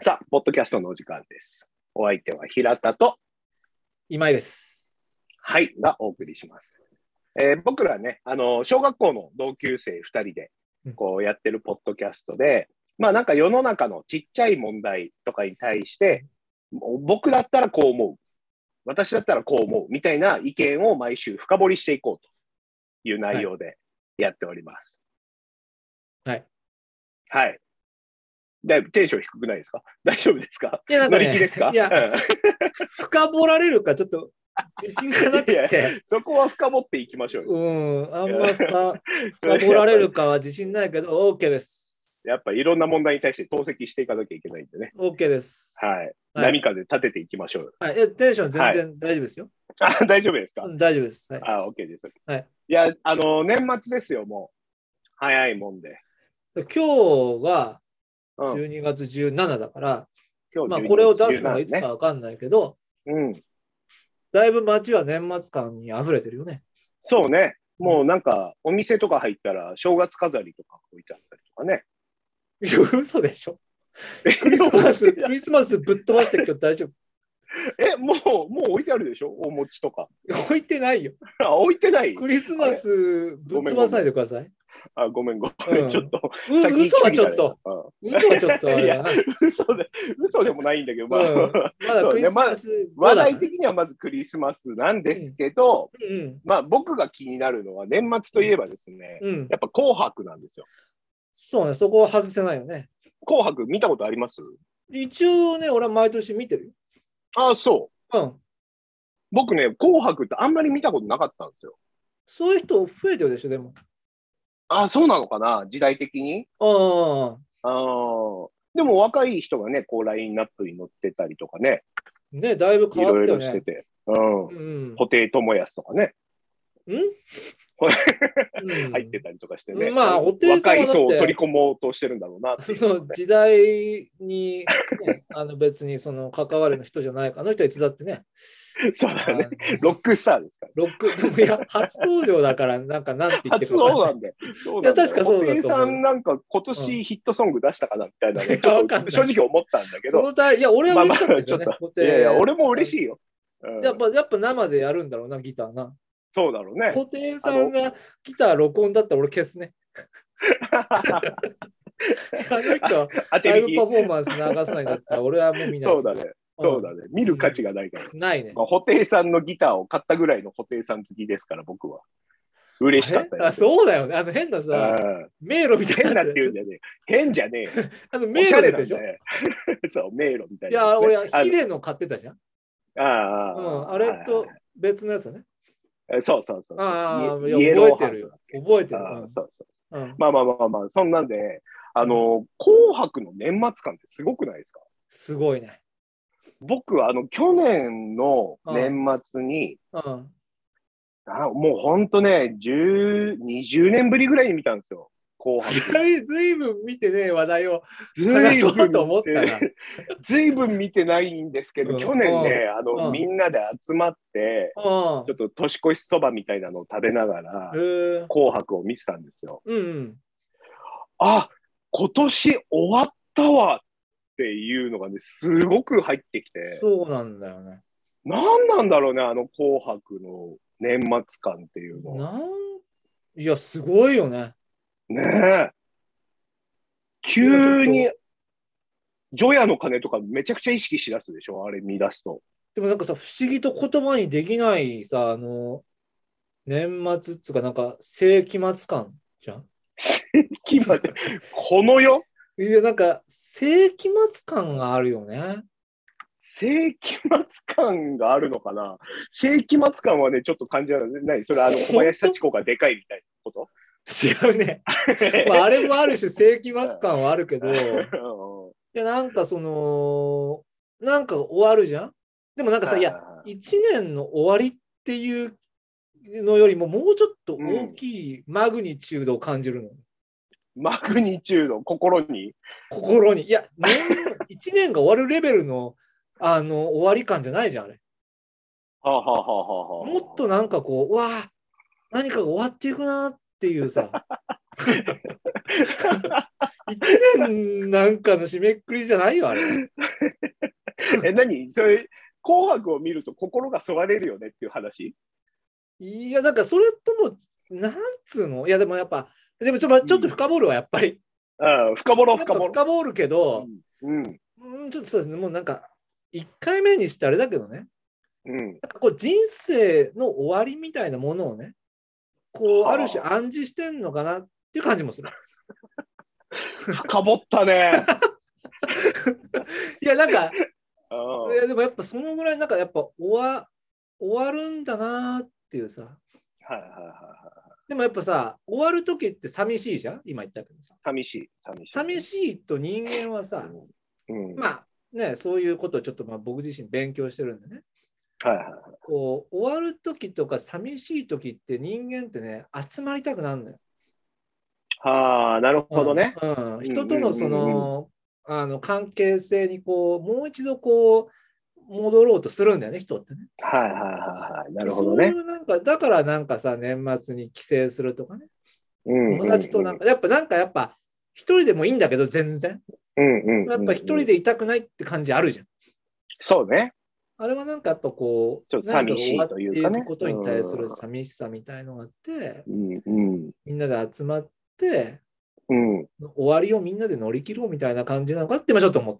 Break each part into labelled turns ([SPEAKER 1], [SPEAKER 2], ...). [SPEAKER 1] さあ、ポッドキャストのお時間です。お相手は平田と、
[SPEAKER 2] 今井です。
[SPEAKER 1] はい、がお送りします。えー僕らね、あの、小学校の同級生2人で
[SPEAKER 2] うん、
[SPEAKER 1] こうやってるポッドキャストで、まあなんか世の中のちっちゃい問題とかに対して、もう僕だったらこう思う、私だったらこう思う、みたいな意見を毎週深掘りしていこうという内容でやっております。
[SPEAKER 2] はい。
[SPEAKER 1] はい。だいぶテンション低くないですか大丈夫ですか
[SPEAKER 2] いや、なん
[SPEAKER 1] 乗
[SPEAKER 2] か、
[SPEAKER 1] り
[SPEAKER 2] ね、
[SPEAKER 1] 気ですか
[SPEAKER 2] いや、
[SPEAKER 1] うん
[SPEAKER 2] 深掘られるか、ちょっと、自信がなく
[SPEAKER 1] いや
[SPEAKER 2] て、
[SPEAKER 1] そこは深掘っていきましょうよ。
[SPEAKER 2] うん、あんま深深掘られるかは自信ないけど、OK です。
[SPEAKER 1] やっぱいろんな問題に対して投石していかなきゃいけないんでね。
[SPEAKER 2] OK です。
[SPEAKER 1] はい。
[SPEAKER 2] はい
[SPEAKER 1] 波風立てていきましょうよ。
[SPEAKER 2] はい、えテンション全然大丈夫ですよ。
[SPEAKER 1] あ、大丈夫ですか、
[SPEAKER 2] うん大丈夫です。はい、
[SPEAKER 1] あ、OK です。
[SPEAKER 2] はい、
[SPEAKER 1] や、あの、年末ですよ、もう。早いもんで。
[SPEAKER 2] 今日が
[SPEAKER 1] うん。
[SPEAKER 2] 12月17だから、
[SPEAKER 1] 今
[SPEAKER 2] まあ、
[SPEAKER 1] 12
[SPEAKER 2] これを出すのがいつ
[SPEAKER 1] 17ね
[SPEAKER 2] かわかんないけど、
[SPEAKER 1] うん。
[SPEAKER 2] だいぶ街は年末感に溢れてるよね。
[SPEAKER 1] そうね。もうなんか、お店とか入ったら、正月飾りとか置いてあったりとかね。
[SPEAKER 2] いや嘘でしょ。クリスマス、クリスマスぶっ飛ばして今日大丈
[SPEAKER 1] え、もう、もう置いてあるでしょお餅とか。
[SPEAKER 2] 夫。置いてないよ。
[SPEAKER 1] あ、置いてない
[SPEAKER 2] クリスマスぶっ飛ばさないでください。
[SPEAKER 1] あ、ごめんごめん。
[SPEAKER 2] うん
[SPEAKER 1] ちょっと、
[SPEAKER 2] う
[SPEAKER 1] 先行き
[SPEAKER 2] 嘘
[SPEAKER 1] 過
[SPEAKER 2] は
[SPEAKER 1] ぎ
[SPEAKER 2] ち
[SPEAKER 1] た
[SPEAKER 2] ょ
[SPEAKER 1] ね
[SPEAKER 2] っと、。
[SPEAKER 1] うん
[SPEAKER 2] 嘘はちょっとあれだな、
[SPEAKER 1] 嘘で、嘘でもないんだけど、 まあ、
[SPEAKER 2] うんまだクリスマス後
[SPEAKER 1] 話
[SPEAKER 2] だから
[SPEAKER 1] 題的にはまずクリスマスなんですけど、
[SPEAKER 2] うん
[SPEAKER 1] まあ僕が気になるのは年末といえばですね、
[SPEAKER 2] うん、うん
[SPEAKER 1] やっぱ紅白なんですよ。
[SPEAKER 2] そうね、そこは外せないよね。
[SPEAKER 1] 紅白見たことあります
[SPEAKER 2] 一応ね、俺は毎年見てる
[SPEAKER 1] ああ、そう。
[SPEAKER 2] よ。うん。
[SPEAKER 1] 僕ね、紅白ってあんまり見たことなかったんですよ。
[SPEAKER 2] そういう人増えてるでしょ、でも。
[SPEAKER 1] ああ、そうなのかな時代的に。
[SPEAKER 2] あ
[SPEAKER 1] あ
[SPEAKER 2] あ、
[SPEAKER 1] あ。でも若い人がね、こうラインナップに乗ってたりとかね、
[SPEAKER 2] ね、だいぶ
[SPEAKER 1] い
[SPEAKER 2] 変わ
[SPEAKER 1] ろ
[SPEAKER 2] っ
[SPEAKER 1] い
[SPEAKER 2] た
[SPEAKER 1] ろ
[SPEAKER 2] よ
[SPEAKER 1] して
[SPEAKER 2] ね。
[SPEAKER 1] て。うん。
[SPEAKER 2] うん
[SPEAKER 1] 布袋寅泰とかね、
[SPEAKER 2] うん
[SPEAKER 1] 入ってたりとかしてね。
[SPEAKER 2] まあ布袋さ
[SPEAKER 1] 若
[SPEAKER 2] んはいだって
[SPEAKER 1] 層を取り込もうとしてるんだろうなっていう
[SPEAKER 2] そ
[SPEAKER 1] のが
[SPEAKER 2] の
[SPEAKER 1] ね。
[SPEAKER 2] 時代に、ね、あの別にその関わる人じゃないあの人はいつだってね、
[SPEAKER 1] そう だね。
[SPEAKER 2] あの
[SPEAKER 1] ロックスターですから。
[SPEAKER 2] ロックでもいや初登場だから、なんかなんて言ってる
[SPEAKER 1] 初
[SPEAKER 2] か
[SPEAKER 1] そう
[SPEAKER 2] わか
[SPEAKER 1] なんんだよ。そうなんだよ
[SPEAKER 2] いや確かそうだと思う
[SPEAKER 1] 布袋さんなんか今年ヒットソング出したかなみたいなね、
[SPEAKER 2] い やわかんない
[SPEAKER 1] 正直思ったんだけ
[SPEAKER 2] ないこ
[SPEAKER 1] ど、
[SPEAKER 2] の対いや、俺は嬉しかったけど
[SPEAKER 1] ま
[SPEAKER 2] ね
[SPEAKER 1] あまあちょっ。
[SPEAKER 2] 固
[SPEAKER 1] い
[SPEAKER 2] 定
[SPEAKER 1] やいや、俺も嬉しいよ。うん
[SPEAKER 2] やっぱやっぱ生でやるんだろうな、ギターな。
[SPEAKER 1] そうだろうね。
[SPEAKER 2] 布袋さんがギター録音だったら俺消 すね。あの人は
[SPEAKER 1] 当
[SPEAKER 2] ラ
[SPEAKER 1] て
[SPEAKER 2] イブ
[SPEAKER 1] 引き
[SPEAKER 2] パ。フォーマンス流さないんだったら俺はもう見ない。
[SPEAKER 1] そうだね。そうだね。見る価値がないから。
[SPEAKER 2] うん。ないね。
[SPEAKER 1] まあ、布袋さんのギターを買ったぐらいの布袋さん好きですから、僕は。嬉しかった
[SPEAKER 2] あれあ
[SPEAKER 1] よ。
[SPEAKER 2] そうだよね。あの変なさ、
[SPEAKER 1] うん
[SPEAKER 2] 迷路みたい
[SPEAKER 1] 変な
[SPEAKER 2] な
[SPEAKER 1] っ
[SPEAKER 2] やつ
[SPEAKER 1] て言うんじゃねえ。変じゃねえよ。
[SPEAKER 2] あの
[SPEAKER 1] お
[SPEAKER 2] 迷
[SPEAKER 1] し
[SPEAKER 2] 路
[SPEAKER 1] ゃ
[SPEAKER 2] の
[SPEAKER 1] れ
[SPEAKER 2] やつ
[SPEAKER 1] なん
[SPEAKER 2] でしょ。
[SPEAKER 1] だよ。 そう、迷路みたい
[SPEAKER 2] い
[SPEAKER 1] な
[SPEAKER 2] や、
[SPEAKER 1] つね。
[SPEAKER 2] 俺、
[SPEAKER 1] あ
[SPEAKER 2] ヒレの買ってたじゃん。
[SPEAKER 1] あ
[SPEAKER 2] う
[SPEAKER 1] あ
[SPEAKER 2] ん、あれと別のやつだね。
[SPEAKER 1] えそうそうそう。
[SPEAKER 2] ああ、
[SPEAKER 1] イ
[SPEAKER 2] い
[SPEAKER 1] エイエ
[SPEAKER 2] や
[SPEAKER 1] ロー
[SPEAKER 2] 覚
[SPEAKER 1] ハ
[SPEAKER 2] え
[SPEAKER 1] ー
[SPEAKER 2] てる
[SPEAKER 1] ト
[SPEAKER 2] よ
[SPEAKER 1] だっ。け
[SPEAKER 2] 覚えてる。
[SPEAKER 1] あーそうそう
[SPEAKER 2] うんうん
[SPEAKER 1] まあまあまあまあ、そんなんで、あの、紅白の年末感ってすごくないですか
[SPEAKER 2] すごいね。
[SPEAKER 1] 僕はあの、去年の年末に、
[SPEAKER 2] うん。
[SPEAKER 1] あもうほんとね、10、20年ぶりぐらいに見たんですよ。紅白。
[SPEAKER 2] ずいぶん見てね、話題を。
[SPEAKER 1] ず
[SPEAKER 2] 話そ
[SPEAKER 1] ぶん
[SPEAKER 2] うと思った ら。
[SPEAKER 1] ずいぶん見てないんですけど、
[SPEAKER 2] うん
[SPEAKER 1] 去年ね、あ
[SPEAKER 2] う
[SPEAKER 1] の、
[SPEAKER 2] ん
[SPEAKER 1] みんなで集まって、
[SPEAKER 2] うん
[SPEAKER 1] ちょっと年越しそばみたいなのを食べながら、
[SPEAKER 2] へえ
[SPEAKER 1] 紅白を見てたんですよ。
[SPEAKER 2] うんうん。
[SPEAKER 1] あ今年終わったわっていうのがね、すごく入ってきて、
[SPEAKER 2] そうなんだよね。
[SPEAKER 1] 何なんだろうね、あの紅白の年末感っていうのは。
[SPEAKER 2] なんいや、すごいよね。
[SPEAKER 1] ねえ。急に、除夜の鐘とかめちゃくちゃ意識しだすでしょ、あれ見出すと。
[SPEAKER 2] でもなんかさ、不思議と言葉にできないさ、あの、年末っつうか、なんか、世紀末感じゃん
[SPEAKER 1] 今まで、この世、
[SPEAKER 2] いや、なんか、世紀末感があるよね。
[SPEAKER 1] 世紀末感があるのかな世紀末感はね、ちょっと感じられない。それ、あ の、小林幸子がでかいみたいなこ
[SPEAKER 2] 違うね。 まあ、あれもある種、世紀末感はあるけ ど、い
[SPEAKER 1] と
[SPEAKER 2] や、なんかその、なんか終わるじゃんでもなんかさ、いや、
[SPEAKER 1] や、
[SPEAKER 2] 1年の終わりっていうのよりももうちょっと大きいマグニチュードを感じるの、
[SPEAKER 1] マグニチュード、心に。
[SPEAKER 2] 心にいや年1年が終わるレベルのあの終わり感じゃないじゃんあれ
[SPEAKER 1] はあ、はあはあはあはあ、
[SPEAKER 2] もっとなんかこううわあ何かが終わっていくなっていうさ一年なんかの締めくくりじゃないよ、あれ。
[SPEAKER 1] え、何それ、紅白を見ると心がそがれるよねっていう話
[SPEAKER 2] いや、なんかそれとも、なんつうのいや、でもやっぱ、でもちょまちょっと深掘るわ、やっぱり。
[SPEAKER 1] うん、深掘ろ
[SPEAKER 2] や
[SPEAKER 1] う、
[SPEAKER 2] っ
[SPEAKER 1] 深
[SPEAKER 2] ぱ
[SPEAKER 1] 掘ろ
[SPEAKER 2] 深掘るけど、
[SPEAKER 1] う。うん、
[SPEAKER 2] うん、ちょっとそうですね、もうなんか、1回目にしてあれだけどね、
[SPEAKER 1] うん、
[SPEAKER 2] なんかこう人生の終わりみたいなものをね、こう、
[SPEAKER 1] はあ
[SPEAKER 2] ある種暗示してんのかなっていう感じもする。
[SPEAKER 1] 深掘った ね。
[SPEAKER 2] いや、なん
[SPEAKER 1] う
[SPEAKER 2] か、
[SPEAKER 1] ん
[SPEAKER 2] いやでもやっぱそのぐらいなんかやっぱ終わ終わるんだなーっていうさ
[SPEAKER 1] はいはいはいはい。
[SPEAKER 2] でもやっぱさ終わる時って寂しいじゃん今言ったけどさ
[SPEAKER 1] 寂しい、寂しい。
[SPEAKER 2] 寂
[SPEAKER 1] い。
[SPEAKER 2] しいと人間はさ
[SPEAKER 1] うん、
[SPEAKER 2] まあねそういうことをちょっとまあ僕自身勉強してるんでね
[SPEAKER 1] はいはい。
[SPEAKER 2] こう終わる時とか寂しい時って人間ってね集まりたくなるのよ。
[SPEAKER 1] ああ、なるほどね。
[SPEAKER 2] うん、う
[SPEAKER 1] ん
[SPEAKER 2] ん人とのそ
[SPEAKER 1] うんう
[SPEAKER 2] のあの関係性にこうもう一度こう戻ろうとするんだよね人ってね。
[SPEAKER 1] はいはいはいはい。なるほどね
[SPEAKER 2] そう。いうなんかだからなんかさ年末に帰省するとかね
[SPEAKER 1] 友
[SPEAKER 2] 友達となんかやっぱなんかやっぱ一人でもいいんだけど全然
[SPEAKER 1] うんうんうん、
[SPEAKER 2] やっぱ一人でいたくないって感じあるじゃん。
[SPEAKER 1] そうね。
[SPEAKER 2] あれはなんかやっぱこう
[SPEAKER 1] ちょっと寂しいというかね
[SPEAKER 2] 何が終わっていくことに対する寂しさみたいのがあって
[SPEAKER 1] うんうん
[SPEAKER 2] みんなで集まって
[SPEAKER 1] うん。
[SPEAKER 2] 終わりをみんなで乗り切ろうみたいな感じなのかってまあちょっと思っ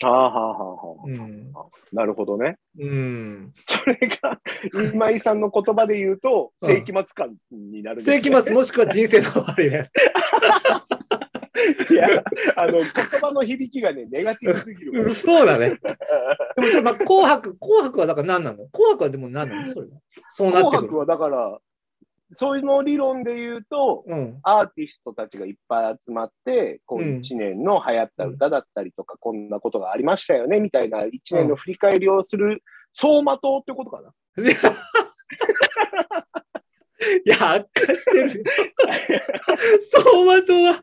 [SPEAKER 2] た。
[SPEAKER 1] ああはあはあはあ。
[SPEAKER 2] うん
[SPEAKER 1] なるほどね。
[SPEAKER 2] うん、
[SPEAKER 1] それが今井さんの言葉で言うと
[SPEAKER 2] うん
[SPEAKER 1] 世紀末感になるんですね、
[SPEAKER 2] 世紀末もしくは人生の終わりね。
[SPEAKER 1] いやあの言葉の響きがねネガティブすぎ る。
[SPEAKER 2] うんそうだね。でもちょっとまあ紅白、紅白はだから何なの紅白はでも何なのそれは。そうなっ
[SPEAKER 1] 紅
[SPEAKER 2] てく
[SPEAKER 1] 白
[SPEAKER 2] る。
[SPEAKER 1] はだからそういうの理論で言うと。
[SPEAKER 2] うん。
[SPEAKER 1] アーティストたちがいっぱい集まって、こう
[SPEAKER 2] うん
[SPEAKER 1] 1年の流行った歌だったりとか、こんなことがありましたよねみたいな1年の振り返りをする走馬灯ってことかな。
[SPEAKER 2] いやいや、悪化してる。相馬灯は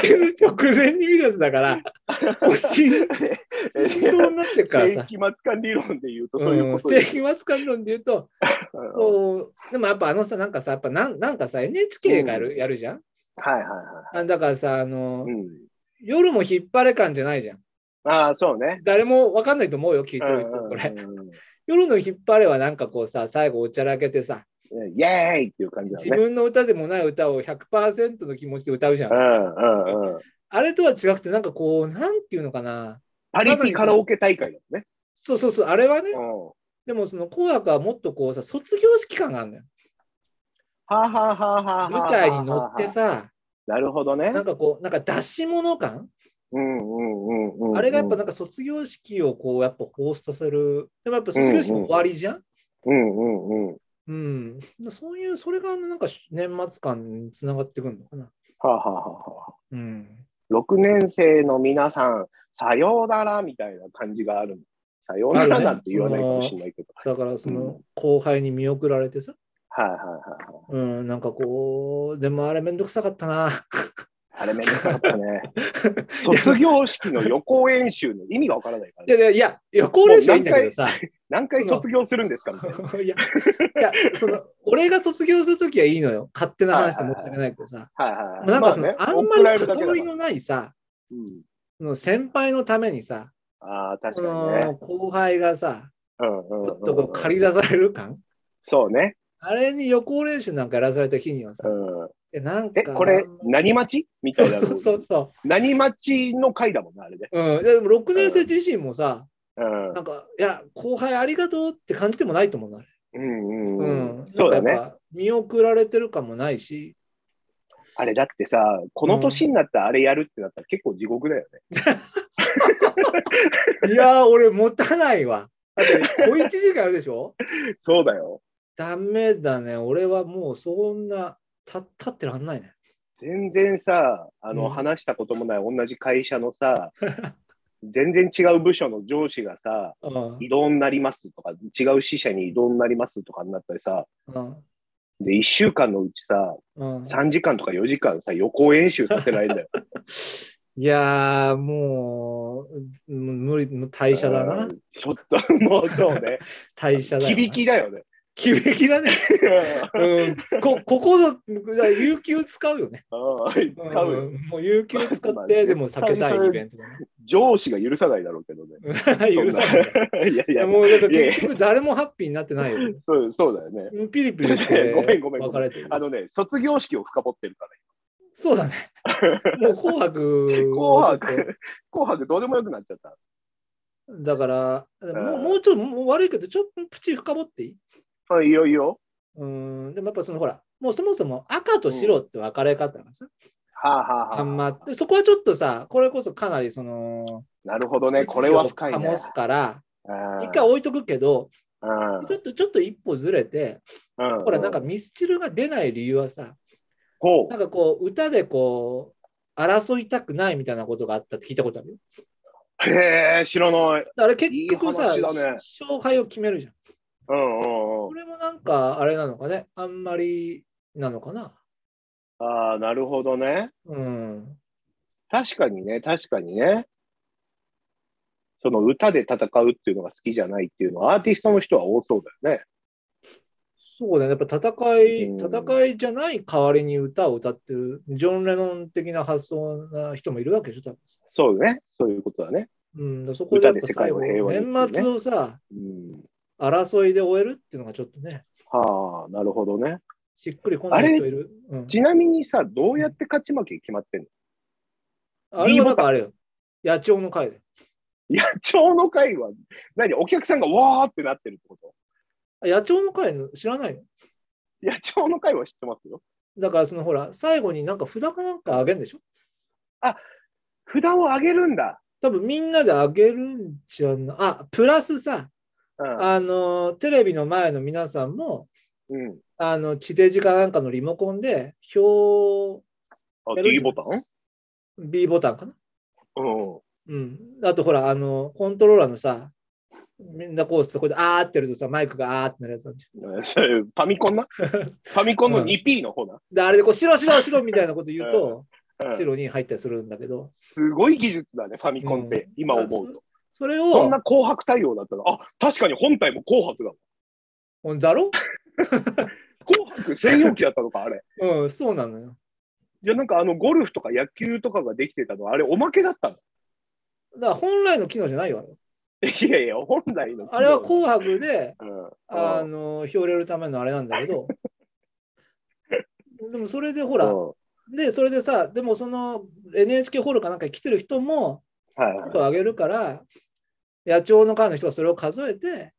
[SPEAKER 2] 死ぬ直前に見るやつだから、もう死ぬ死にそうになってるから
[SPEAKER 1] 世
[SPEAKER 2] さ。
[SPEAKER 1] 紀末感理論で言うとそう
[SPEAKER 2] う、
[SPEAKER 1] いうんこと
[SPEAKER 2] 正
[SPEAKER 1] です
[SPEAKER 2] 義末感論で言うと
[SPEAKER 1] うん
[SPEAKER 2] こう、でもやっぱあのさ、なんかさ、やっぱなんなんかさ、NHK がやる,、やるじゃん
[SPEAKER 1] はいはいは
[SPEAKER 2] あだからさ、あの、
[SPEAKER 1] い。うん、
[SPEAKER 2] 夜も引っ張れ感じゃないじゃん。
[SPEAKER 1] ああ、そうね。
[SPEAKER 2] 誰もわかんないと思うよ、聞いてる人、これ。
[SPEAKER 1] うんうん
[SPEAKER 2] 夜の引っ張れはなんかこうさ、最後おちゃらけてさ、
[SPEAKER 1] うんイエーイっていう感じだ
[SPEAKER 2] 自
[SPEAKER 1] ね。
[SPEAKER 2] 分の歌でもない歌を100%の気持ちで歌うじゃん。
[SPEAKER 1] うんうんうん。
[SPEAKER 2] あれとは違くて、なんかこう、なんていうのかな。
[SPEAKER 1] パリピカラオケ大会だもんね。
[SPEAKER 2] そうそうそう、あれはね
[SPEAKER 1] う、んは
[SPEAKER 2] でもその紅白はもっとこうさ、卒業式感があるのよ。
[SPEAKER 1] あはあはあはあはあ
[SPEAKER 2] 舞台に乗って。さ、
[SPEAKER 1] なるほどね
[SPEAKER 2] な。んかこう、なんか出し物感、
[SPEAKER 1] うんうんうんうんうん。
[SPEAKER 2] あれがやっぱなんか卒業式をこう、やっぱ放出させる。でもやっぱ卒業式も終わりじゃん。
[SPEAKER 1] うんうんうん。
[SPEAKER 2] うん、そういう、それがなんか年末感につながってくるのかな。
[SPEAKER 1] はあはあはあはあ。
[SPEAKER 2] うん。
[SPEAKER 1] 6年生の皆さん、さようならみたいな感じがある。さようならなんて言わないかもしれないけど。
[SPEAKER 2] だからそうの後輩に見送られてさ、
[SPEAKER 1] はいはいはいはい。
[SPEAKER 2] うん、なんかこう、でもあれめんどくさかったな。
[SPEAKER 1] あれめんどくさかったね。卒業式の予行演習の意味がわからないから、
[SPEAKER 2] いや
[SPEAKER 1] ね、
[SPEAKER 2] いやいや、いや、高齢者はいいんだけどさ、
[SPEAKER 1] 何回卒業するんですかみたいな。
[SPEAKER 2] いや、いやその俺が卒業するときはいいのよ。勝手な話で申し訳ないけどさ、
[SPEAKER 1] はいはいはい。
[SPEAKER 2] なんかその、あんま
[SPEAKER 1] 送
[SPEAKER 2] り
[SPEAKER 1] られるだけだか
[SPEAKER 2] 関わ
[SPEAKER 1] ら
[SPEAKER 2] りのないさ、
[SPEAKER 1] うん、
[SPEAKER 2] その先輩のためにさ、
[SPEAKER 1] ああ、
[SPEAKER 2] そ
[SPEAKER 1] 確かにね
[SPEAKER 2] の。後輩がさ、
[SPEAKER 1] うんう
[SPEAKER 2] ち
[SPEAKER 1] ん
[SPEAKER 2] ょ
[SPEAKER 1] う
[SPEAKER 2] っとこ
[SPEAKER 1] ん
[SPEAKER 2] う駆り出される感、
[SPEAKER 1] そうね。
[SPEAKER 2] あれに予行練習なんかやらされた日にはさ
[SPEAKER 1] う、ん、
[SPEAKER 2] えなんか
[SPEAKER 1] え、これ、何町みた
[SPEAKER 2] そ
[SPEAKER 1] いうな。
[SPEAKER 2] そうそうそ
[SPEAKER 1] 何町の回だもんな、あれね。
[SPEAKER 2] う、うん、でも6年生自身もさ、
[SPEAKER 1] うん
[SPEAKER 2] なんか、いや、後輩ありがとうって感じてもないと思うな。
[SPEAKER 1] うん
[SPEAKER 2] う
[SPEAKER 1] うん
[SPEAKER 2] ん。
[SPEAKER 1] うん。そうだ
[SPEAKER 2] なんか
[SPEAKER 1] ね。
[SPEAKER 2] やっぱ見送られてる感もないし、
[SPEAKER 1] あれだってさ、この年になったらあれやるってなったら結構地獄だよね。
[SPEAKER 2] いやー、俺、持たないわ。だって、小一時間あるでしょ
[SPEAKER 1] そうだよ。
[SPEAKER 2] ダメだね。俺はもう、そんな、た立ってらんないね。
[SPEAKER 1] 全然さ、あの、
[SPEAKER 2] うん
[SPEAKER 1] 話したこともない同じ会社の さ、全然違う部署の上司がさ、
[SPEAKER 2] うん。
[SPEAKER 1] 移動になりますとか、違う支社に移動になりますとかになったりさ、
[SPEAKER 2] うん。
[SPEAKER 1] で、1週間のうちさ、
[SPEAKER 2] うん、
[SPEAKER 1] 3時間とか4時間さ、予行演習させられるんだよ。
[SPEAKER 2] いやー、もう、む無理、もう退社だな
[SPEAKER 1] う。ん。ちょっと、もうそうね。
[SPEAKER 2] 退社だよな。
[SPEAKER 1] 響きだよね。
[SPEAKER 2] 奇跡だね。うん、こ ここの、だから有給使うよね。
[SPEAKER 1] 使うよ。
[SPEAKER 2] んもう有給使
[SPEAKER 1] ま
[SPEAKER 2] っ
[SPEAKER 1] あ
[SPEAKER 2] て、でも避けたいイベント
[SPEAKER 1] 上司が許さないだろうけどね。
[SPEAKER 2] だね。 許さな い。
[SPEAKER 1] い。いやい
[SPEAKER 2] いや
[SPEAKER 1] や、
[SPEAKER 2] もうだから結局誰もハッピーになってないよ。
[SPEAKER 1] そうそうだよね。
[SPEAKER 2] もうピリピリして
[SPEAKER 1] ごめんごめんごめん
[SPEAKER 2] 別れてる。
[SPEAKER 1] あのね、卒業式を深掘ってるから、
[SPEAKER 2] そうだね。もう紅白をち
[SPEAKER 1] 紅
[SPEAKER 2] ょっと
[SPEAKER 1] 白、紅白どうでもよくなっちゃった。
[SPEAKER 2] だから、もう
[SPEAKER 1] うん
[SPEAKER 2] もうちょっともう悪いけど、ちょっとプチ深掘っていい
[SPEAKER 1] あいいよいいよ。
[SPEAKER 2] うーん、でもやっぱそのほら、もうそもそも赤と白って分かれ方がさ、
[SPEAKER 1] はあ、はあはあ、
[SPEAKER 2] あんまあって、そこはちょっとさ、これこそかなりその、
[SPEAKER 1] なるほどね、これは深い
[SPEAKER 2] 物議を
[SPEAKER 1] ね
[SPEAKER 2] 醸。すから、
[SPEAKER 1] うん
[SPEAKER 2] 一回置いとくけど、
[SPEAKER 1] うん
[SPEAKER 2] ちょっとちょっと一歩ずれて、
[SPEAKER 1] うん
[SPEAKER 2] ほら、なんかミスチルが出ない理由はさ、
[SPEAKER 1] ほ
[SPEAKER 2] なんかこう、歌でこう、争いたくないみたいなことがあったって聞いたことあるよ。
[SPEAKER 1] う。へえ、知らない。
[SPEAKER 2] あれ結局さ、
[SPEAKER 1] いい話だね
[SPEAKER 2] 勝敗を決めるじゃん。
[SPEAKER 1] うんうんう
[SPEAKER 2] こ
[SPEAKER 1] ん。
[SPEAKER 2] れもなんか、あれなのかね、あんまりなのかな。
[SPEAKER 1] ああ、なるほどね。
[SPEAKER 2] うん。
[SPEAKER 1] 確かにね、確かにね。その歌で戦うっていうのが好きじゃないっていうのは、アーティストの人は多そうだよね。
[SPEAKER 2] そうだね、やっぱ戦い、
[SPEAKER 1] うん
[SPEAKER 2] 戦いじゃない代わりに歌を歌ってる、ジョン・レノン的な発想な人もいるわけでしょ、多分
[SPEAKER 1] そうね、そういうことだね。
[SPEAKER 2] うん、だからそこでやっぱ最後、
[SPEAKER 1] 歌で世界を平和にっていうね
[SPEAKER 2] 年末をさ、
[SPEAKER 1] うん、
[SPEAKER 2] 争いで終えるっていうのがちょっとね、
[SPEAKER 1] はあ、なるほどね。
[SPEAKER 2] しっくりこない人いる。うん
[SPEAKER 1] ちなみにさ、どうやって勝ち負け決まってんの
[SPEAKER 2] あれはなんかあれよ。野鳥の会だよ。
[SPEAKER 1] 野鳥の会は、何お客さんがわーってなってるってこと
[SPEAKER 2] あ野鳥の会の知らないの
[SPEAKER 1] 野鳥の会は知ってますよ。
[SPEAKER 2] だからそのほら、最後になんか札かなんかあげるんでしょ
[SPEAKER 1] 札を上げるんだ。
[SPEAKER 2] 多分みんなであげるんじゃなあ、プラスさ、
[SPEAKER 1] うん。
[SPEAKER 2] あの、テレビの前の皆さんも、
[SPEAKER 1] うん、
[SPEAKER 2] あの、地デジかなんかのリモコンで、表、
[SPEAKER 1] あ、
[SPEAKER 2] やる
[SPEAKER 1] D ボタン
[SPEAKER 2] B ボタンかな
[SPEAKER 1] うん。
[SPEAKER 2] うん。あとほら、あの、コントローラーのさ、みんなこう、そこであーってやるとさ、マイクがあーってなるやつなんじゃん
[SPEAKER 1] それファミコン なファミコンの 2P の方な、
[SPEAKER 2] で、あれでこう、白白白みたいなこと言うと、
[SPEAKER 1] うん
[SPEAKER 2] 白に入ったりするんだけど、
[SPEAKER 1] すごい技術だね、ファミコンって、今思うと。
[SPEAKER 2] それ
[SPEAKER 1] そ
[SPEAKER 2] を
[SPEAKER 1] ん、な紅白対応だったら、あ確かに本体も紅白だわ。
[SPEAKER 2] うんだろ
[SPEAKER 1] 紅白専用機だったのか、あれ。
[SPEAKER 2] うん、そうなのよ。
[SPEAKER 1] いや、なんかあのゴルフとか野球とかができてたのは、あれ、おまけだったの。
[SPEAKER 2] だから本来の機能じゃないよ。あれはい
[SPEAKER 1] やいや、本来の。
[SPEAKER 2] あれは紅白で、
[SPEAKER 1] うん。
[SPEAKER 2] あの、表を入れるためのあれなんだけ ど、でもそれでほ
[SPEAKER 1] ほ
[SPEAKER 2] ら、で、それでさ、でもその NHK ホールかなんかに来てる人も、
[SPEAKER 1] はい
[SPEAKER 2] ちょ
[SPEAKER 1] は
[SPEAKER 2] っ
[SPEAKER 1] い、
[SPEAKER 2] とあげるから、野鳥の会の人がそれを数えて、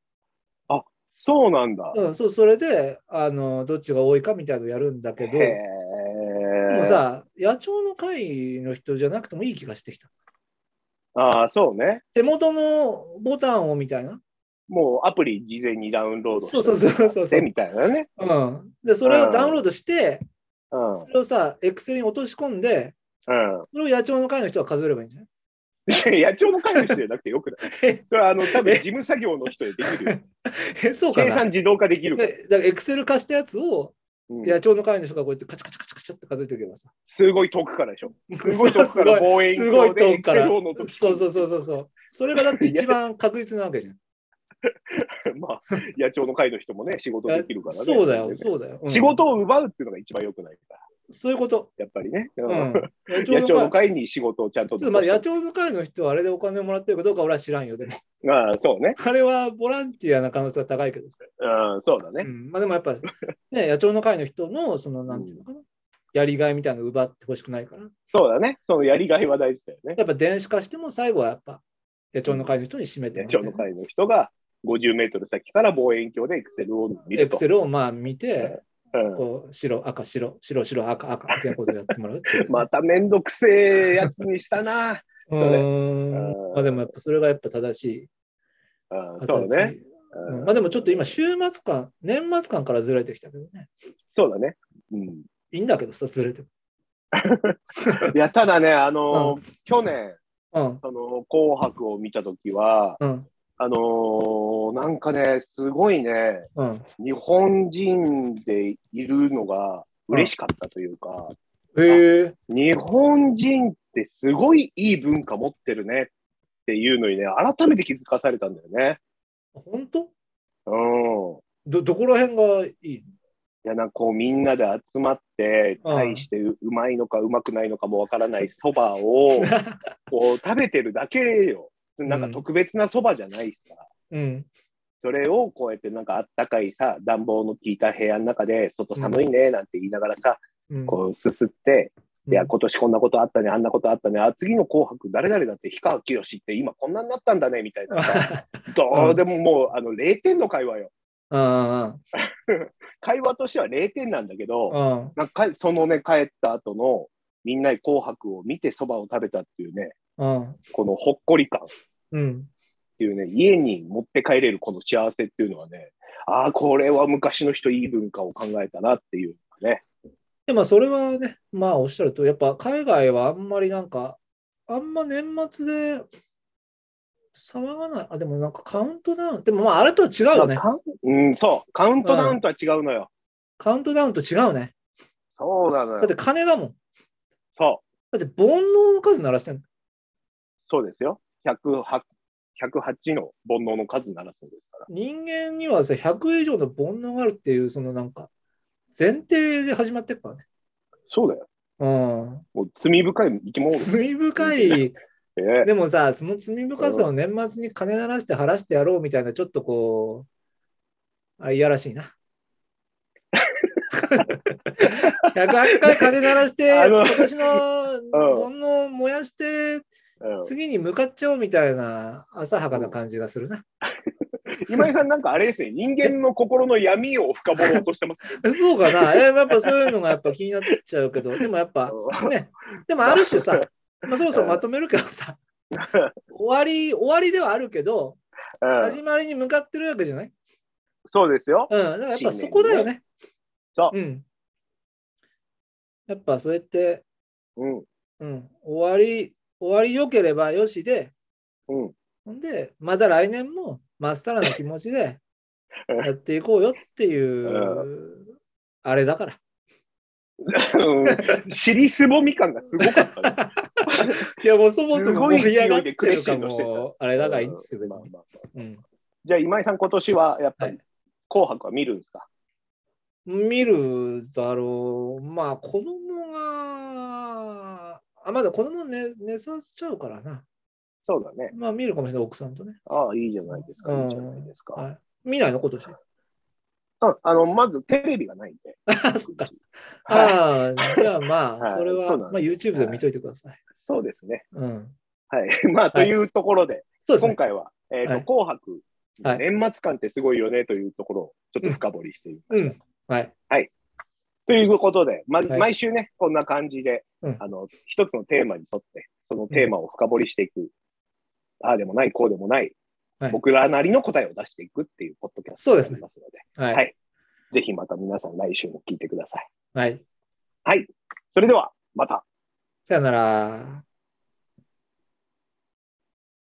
[SPEAKER 1] そうなんだ。
[SPEAKER 2] うん、そうそれであのどっちが多いかみたいなのやるんだけど、
[SPEAKER 1] へ
[SPEAKER 2] でも
[SPEAKER 1] え。
[SPEAKER 2] さ、野鳥の会の人じゃなくてもいい気がしてきた。
[SPEAKER 1] ああ、そうね。
[SPEAKER 2] 手元のボタンをみたいな。
[SPEAKER 1] もうアプリ事前にダウンロードして
[SPEAKER 2] そうそうそうそうそう
[SPEAKER 1] でみたいなね。
[SPEAKER 2] うん、で、それをダウンロードして、
[SPEAKER 1] うん。うん
[SPEAKER 2] そ。れをさ、エクセルに落とし込んで、それを野鳥の会の人が数えればいいんじゃない
[SPEAKER 1] いや野鳥の会の人じゃなくてよくない。 それはあの、多分事務作業の人でできるよ。
[SPEAKER 2] え そうか
[SPEAKER 1] 計
[SPEAKER 2] な。
[SPEAKER 1] 算自動化できるから。
[SPEAKER 2] でだからエクセル化したやつを
[SPEAKER 1] うん
[SPEAKER 2] 野鳥の会の人がこうやってカチャカチャカチャカチャって数えておけばさ。
[SPEAKER 1] すごい遠くからでしょ。すごい
[SPEAKER 2] そう
[SPEAKER 1] 遠くから望遠
[SPEAKER 2] すごい
[SPEAKER 1] 鏡で
[SPEAKER 2] 遠
[SPEAKER 1] エ
[SPEAKER 2] く
[SPEAKER 1] ク
[SPEAKER 2] か
[SPEAKER 1] セ
[SPEAKER 2] ら
[SPEAKER 1] ルをのとき
[SPEAKER 2] そうそうそうそうそう。それがだって一番確実なわけ じゃん。
[SPEAKER 1] まあ、野鳥の会の人もね、仕事できるからね。
[SPEAKER 2] そうだよ、
[SPEAKER 1] ね
[SPEAKER 2] そうだよ。うん
[SPEAKER 1] 仕事を奪うっていうのが一番良くないから、
[SPEAKER 2] そういうこと。
[SPEAKER 1] やっぱりね。う
[SPEAKER 2] うんん。野鳥
[SPEAKER 1] 野鳥の
[SPEAKER 2] の会。
[SPEAKER 1] 会に仕事をちゃん
[SPEAKER 2] ちょ
[SPEAKER 1] と。
[SPEAKER 2] っとまあ野鳥の会の人はあれでお金をもらってるかどうか俺は知らんよ。でも、
[SPEAKER 1] ああ、そうね。
[SPEAKER 2] あれはボランティアな可能性が高いけどさ。
[SPEAKER 1] うん、そうだ
[SPEAKER 2] う
[SPEAKER 1] ね。
[SPEAKER 2] ん。まあでもや っぱ、ね、野鳥の会の人の、その、なんていうのかな、やりがいみたいなの奪ってほしくないから。
[SPEAKER 1] そうだね。そのやりがいは大事だよね。
[SPEAKER 2] やっぱ電子化しても最後はやっぱ野鳥の会の人に締め
[SPEAKER 1] 野
[SPEAKER 2] てもらっ
[SPEAKER 1] 鳥の
[SPEAKER 2] て
[SPEAKER 1] 会の人が50メートル先から望遠鏡でエクセルを見
[SPEAKER 2] エ
[SPEAKER 1] る
[SPEAKER 2] ク
[SPEAKER 1] と。
[SPEAKER 2] セルをまあ見て、
[SPEAKER 1] うん
[SPEAKER 2] こう白、赤、白、白、白、赤、赤みたいなことをやってもらうってい う。
[SPEAKER 1] まためんどくせえやつにした な。
[SPEAKER 2] う
[SPEAKER 1] それ
[SPEAKER 2] ーんまあでもやっぱそれがやっぱ正しい
[SPEAKER 1] うん
[SPEAKER 2] 形。
[SPEAKER 1] そうね。
[SPEAKER 2] うん
[SPEAKER 1] うん
[SPEAKER 2] まあでもちょっと今週末感、年末感からずれてきたけどね。
[SPEAKER 1] そうだね。うん
[SPEAKER 2] いいんだけどさ、ずれても。
[SPEAKER 1] いや、ただね、あのー、去年、
[SPEAKER 2] うん。
[SPEAKER 1] その、紅白を見たときは、
[SPEAKER 2] うん。
[SPEAKER 1] あのーなんかね、すごいね、
[SPEAKER 2] うん。
[SPEAKER 1] 日本人でいるのが嬉しかったというか、
[SPEAKER 2] へえ。
[SPEAKER 1] 日本人ってすごいいい文化持ってるねっていうのにね、改めて気づかされたんだよね。
[SPEAKER 2] 本当
[SPEAKER 1] うん。
[SPEAKER 2] ど、どこら辺がいい
[SPEAKER 1] いやなんかこうみんなで集まって
[SPEAKER 2] うん
[SPEAKER 1] 大してううまいのかうまくないのかもわからないそば をこう食べてるだけよなんか特別なそばじゃないしさ、
[SPEAKER 2] うん。
[SPEAKER 1] それをこうやってなんかあったかいさ暖房の効いた部屋の中で外寒いねなんて言いながらさ、
[SPEAKER 2] うん、
[SPEAKER 1] こうすすって、
[SPEAKER 2] うん
[SPEAKER 1] いや今年こんなことあったねあんなことあったねあ次の「紅白」誰々だって氷川きよしって今こんなになったんだねみたい なさどうでももうあの0点の会話よ
[SPEAKER 2] うん
[SPEAKER 1] 会話としては0点なんだけど、
[SPEAKER 2] うんうん
[SPEAKER 1] なんかそのね、帰った後の、みんなに紅白を見てそばを食べたっていうね、
[SPEAKER 2] うん
[SPEAKER 1] このほっこり感っ
[SPEAKER 2] うん
[SPEAKER 1] ていうね、家に持って帰れるこの幸せっていうのはね、ああ、これは昔の人いい文化を考えたなっていうかね。
[SPEAKER 2] でもそれはね、まあおっしゃると、やっぱ海外はあんまりなんか、あんま年末で騒がない。あ、でもなんかカウントダウン。でもまああれとは違うよね
[SPEAKER 1] ま。あカウンうん、そう、カウントダウンとは違うのよ。
[SPEAKER 2] カウントダウンと違うね。
[SPEAKER 1] そうなの
[SPEAKER 2] だ
[SPEAKER 1] よ
[SPEAKER 2] って。金だもん。
[SPEAKER 1] そう、
[SPEAKER 2] だって煩悩の数鳴らしてんの
[SPEAKER 1] そうですよ。108, 108の煩悩の数ならそうですから。
[SPEAKER 2] 人間にはさ、100以上の煩悩があるっていう、そのなんか、前提で始まってるからね。
[SPEAKER 1] そうだよ。
[SPEAKER 2] うん。
[SPEAKER 1] もう罪深い生き物ですよ。
[SPEAKER 2] 罪深い。
[SPEAKER 1] ええ
[SPEAKER 2] でもさ、その罪深さを年末に金鳴らして晴らしてやろうみたいな、ちょっとこう、あいやらし いな。108回金鳴らして、
[SPEAKER 1] あの
[SPEAKER 2] 今年の
[SPEAKER 1] う
[SPEAKER 2] 煩悩燃やして、
[SPEAKER 1] うん
[SPEAKER 2] 次に向かっちゃおうみたいな、浅はかな感じが するな。
[SPEAKER 1] 今井さんなんかあれですね、人間の心の闇を深掘ろうとして ます。
[SPEAKER 2] そうかな。えやっぱそういうのがやっぱ気になっちゃうけど、でもやっぱ、ね、でもある種さ、まあ、そろそろまとめるけど さ、終わり、終わりではあるけど、
[SPEAKER 1] うん
[SPEAKER 2] 始まりに向かってるわけじゃない
[SPEAKER 1] そうですよ。
[SPEAKER 2] うん、だからやっぱそこだよね。。
[SPEAKER 1] そう
[SPEAKER 2] ん。やっぱそうやって、
[SPEAKER 1] うん。
[SPEAKER 2] うん、終わり、終わり良ければよしで、
[SPEAKER 1] うん。
[SPEAKER 2] ほんで、また来年もまっさらな気持ちで
[SPEAKER 1] うん
[SPEAKER 2] やっていこうよっていう、あれだから。
[SPEAKER 1] 尻すぼみ感がすごかったね。
[SPEAKER 2] いや、もうそもそ
[SPEAKER 1] す
[SPEAKER 2] も
[SPEAKER 1] ごい
[SPEAKER 2] 盛り上
[SPEAKER 1] 勢
[SPEAKER 2] がっ
[SPEAKER 1] い
[SPEAKER 2] て
[SPEAKER 1] でクレ
[SPEAKER 2] る
[SPEAKER 1] ッシ
[SPEAKER 2] か
[SPEAKER 1] ェンドしてた
[SPEAKER 2] も、あれだからいいんですよ、別
[SPEAKER 1] まあ
[SPEAKER 2] に。
[SPEAKER 1] まあまあ
[SPEAKER 2] うん、
[SPEAKER 1] じゃあ今井さん、今年はやっぱ
[SPEAKER 2] は
[SPEAKER 1] り紅白は見るんですか、
[SPEAKER 2] 見るだろう。まあ、子供が、あ、まだ子供寝寝させちゃうからな。
[SPEAKER 1] そうだね。
[SPEAKER 2] まあ、見るかもしれない、奥さんとね。
[SPEAKER 1] ああ、いいじゃないですか。いいじゃないですか。
[SPEAKER 2] はい、見ないの今年。
[SPEAKER 1] うんあのまずテレビがないんで。
[SPEAKER 2] あそっか
[SPEAKER 1] はい、
[SPEAKER 2] ああ、じゃあま
[SPEAKER 1] は
[SPEAKER 2] あ、
[SPEAKER 1] い
[SPEAKER 2] それ
[SPEAKER 1] そ
[SPEAKER 2] は、
[SPEAKER 1] うなん
[SPEAKER 2] まあ、YouTube で見といてください。
[SPEAKER 1] そうですね。
[SPEAKER 2] うん。
[SPEAKER 1] はい。 まあ、というところで、
[SPEAKER 2] そうです
[SPEAKER 1] 今
[SPEAKER 2] ね。
[SPEAKER 1] 回は、えーと
[SPEAKER 2] はい
[SPEAKER 1] 紅白、
[SPEAKER 2] はい
[SPEAKER 1] 年末感ってすごいよねというところをちょっと深掘りしてみま
[SPEAKER 2] う
[SPEAKER 1] した。
[SPEAKER 2] ん。はい。
[SPEAKER 1] ということで、ま
[SPEAKER 2] はい
[SPEAKER 1] 毎週ね、こんな感じで、
[SPEAKER 2] うん
[SPEAKER 1] あの、一つのテーマに沿って、そのテーマを深掘りしていく、ああでもない、こうでもない、
[SPEAKER 2] はい
[SPEAKER 1] 僕らなりの答えを出していくっていうポッドキャスト
[SPEAKER 2] そう
[SPEAKER 1] に
[SPEAKER 2] で
[SPEAKER 1] な
[SPEAKER 2] す
[SPEAKER 1] ります
[SPEAKER 2] ね
[SPEAKER 1] ので、
[SPEAKER 2] はい。
[SPEAKER 1] はいぜひまた皆さん来週も聞いてください。
[SPEAKER 2] はい。
[SPEAKER 1] それでは、また。
[SPEAKER 2] さよなら。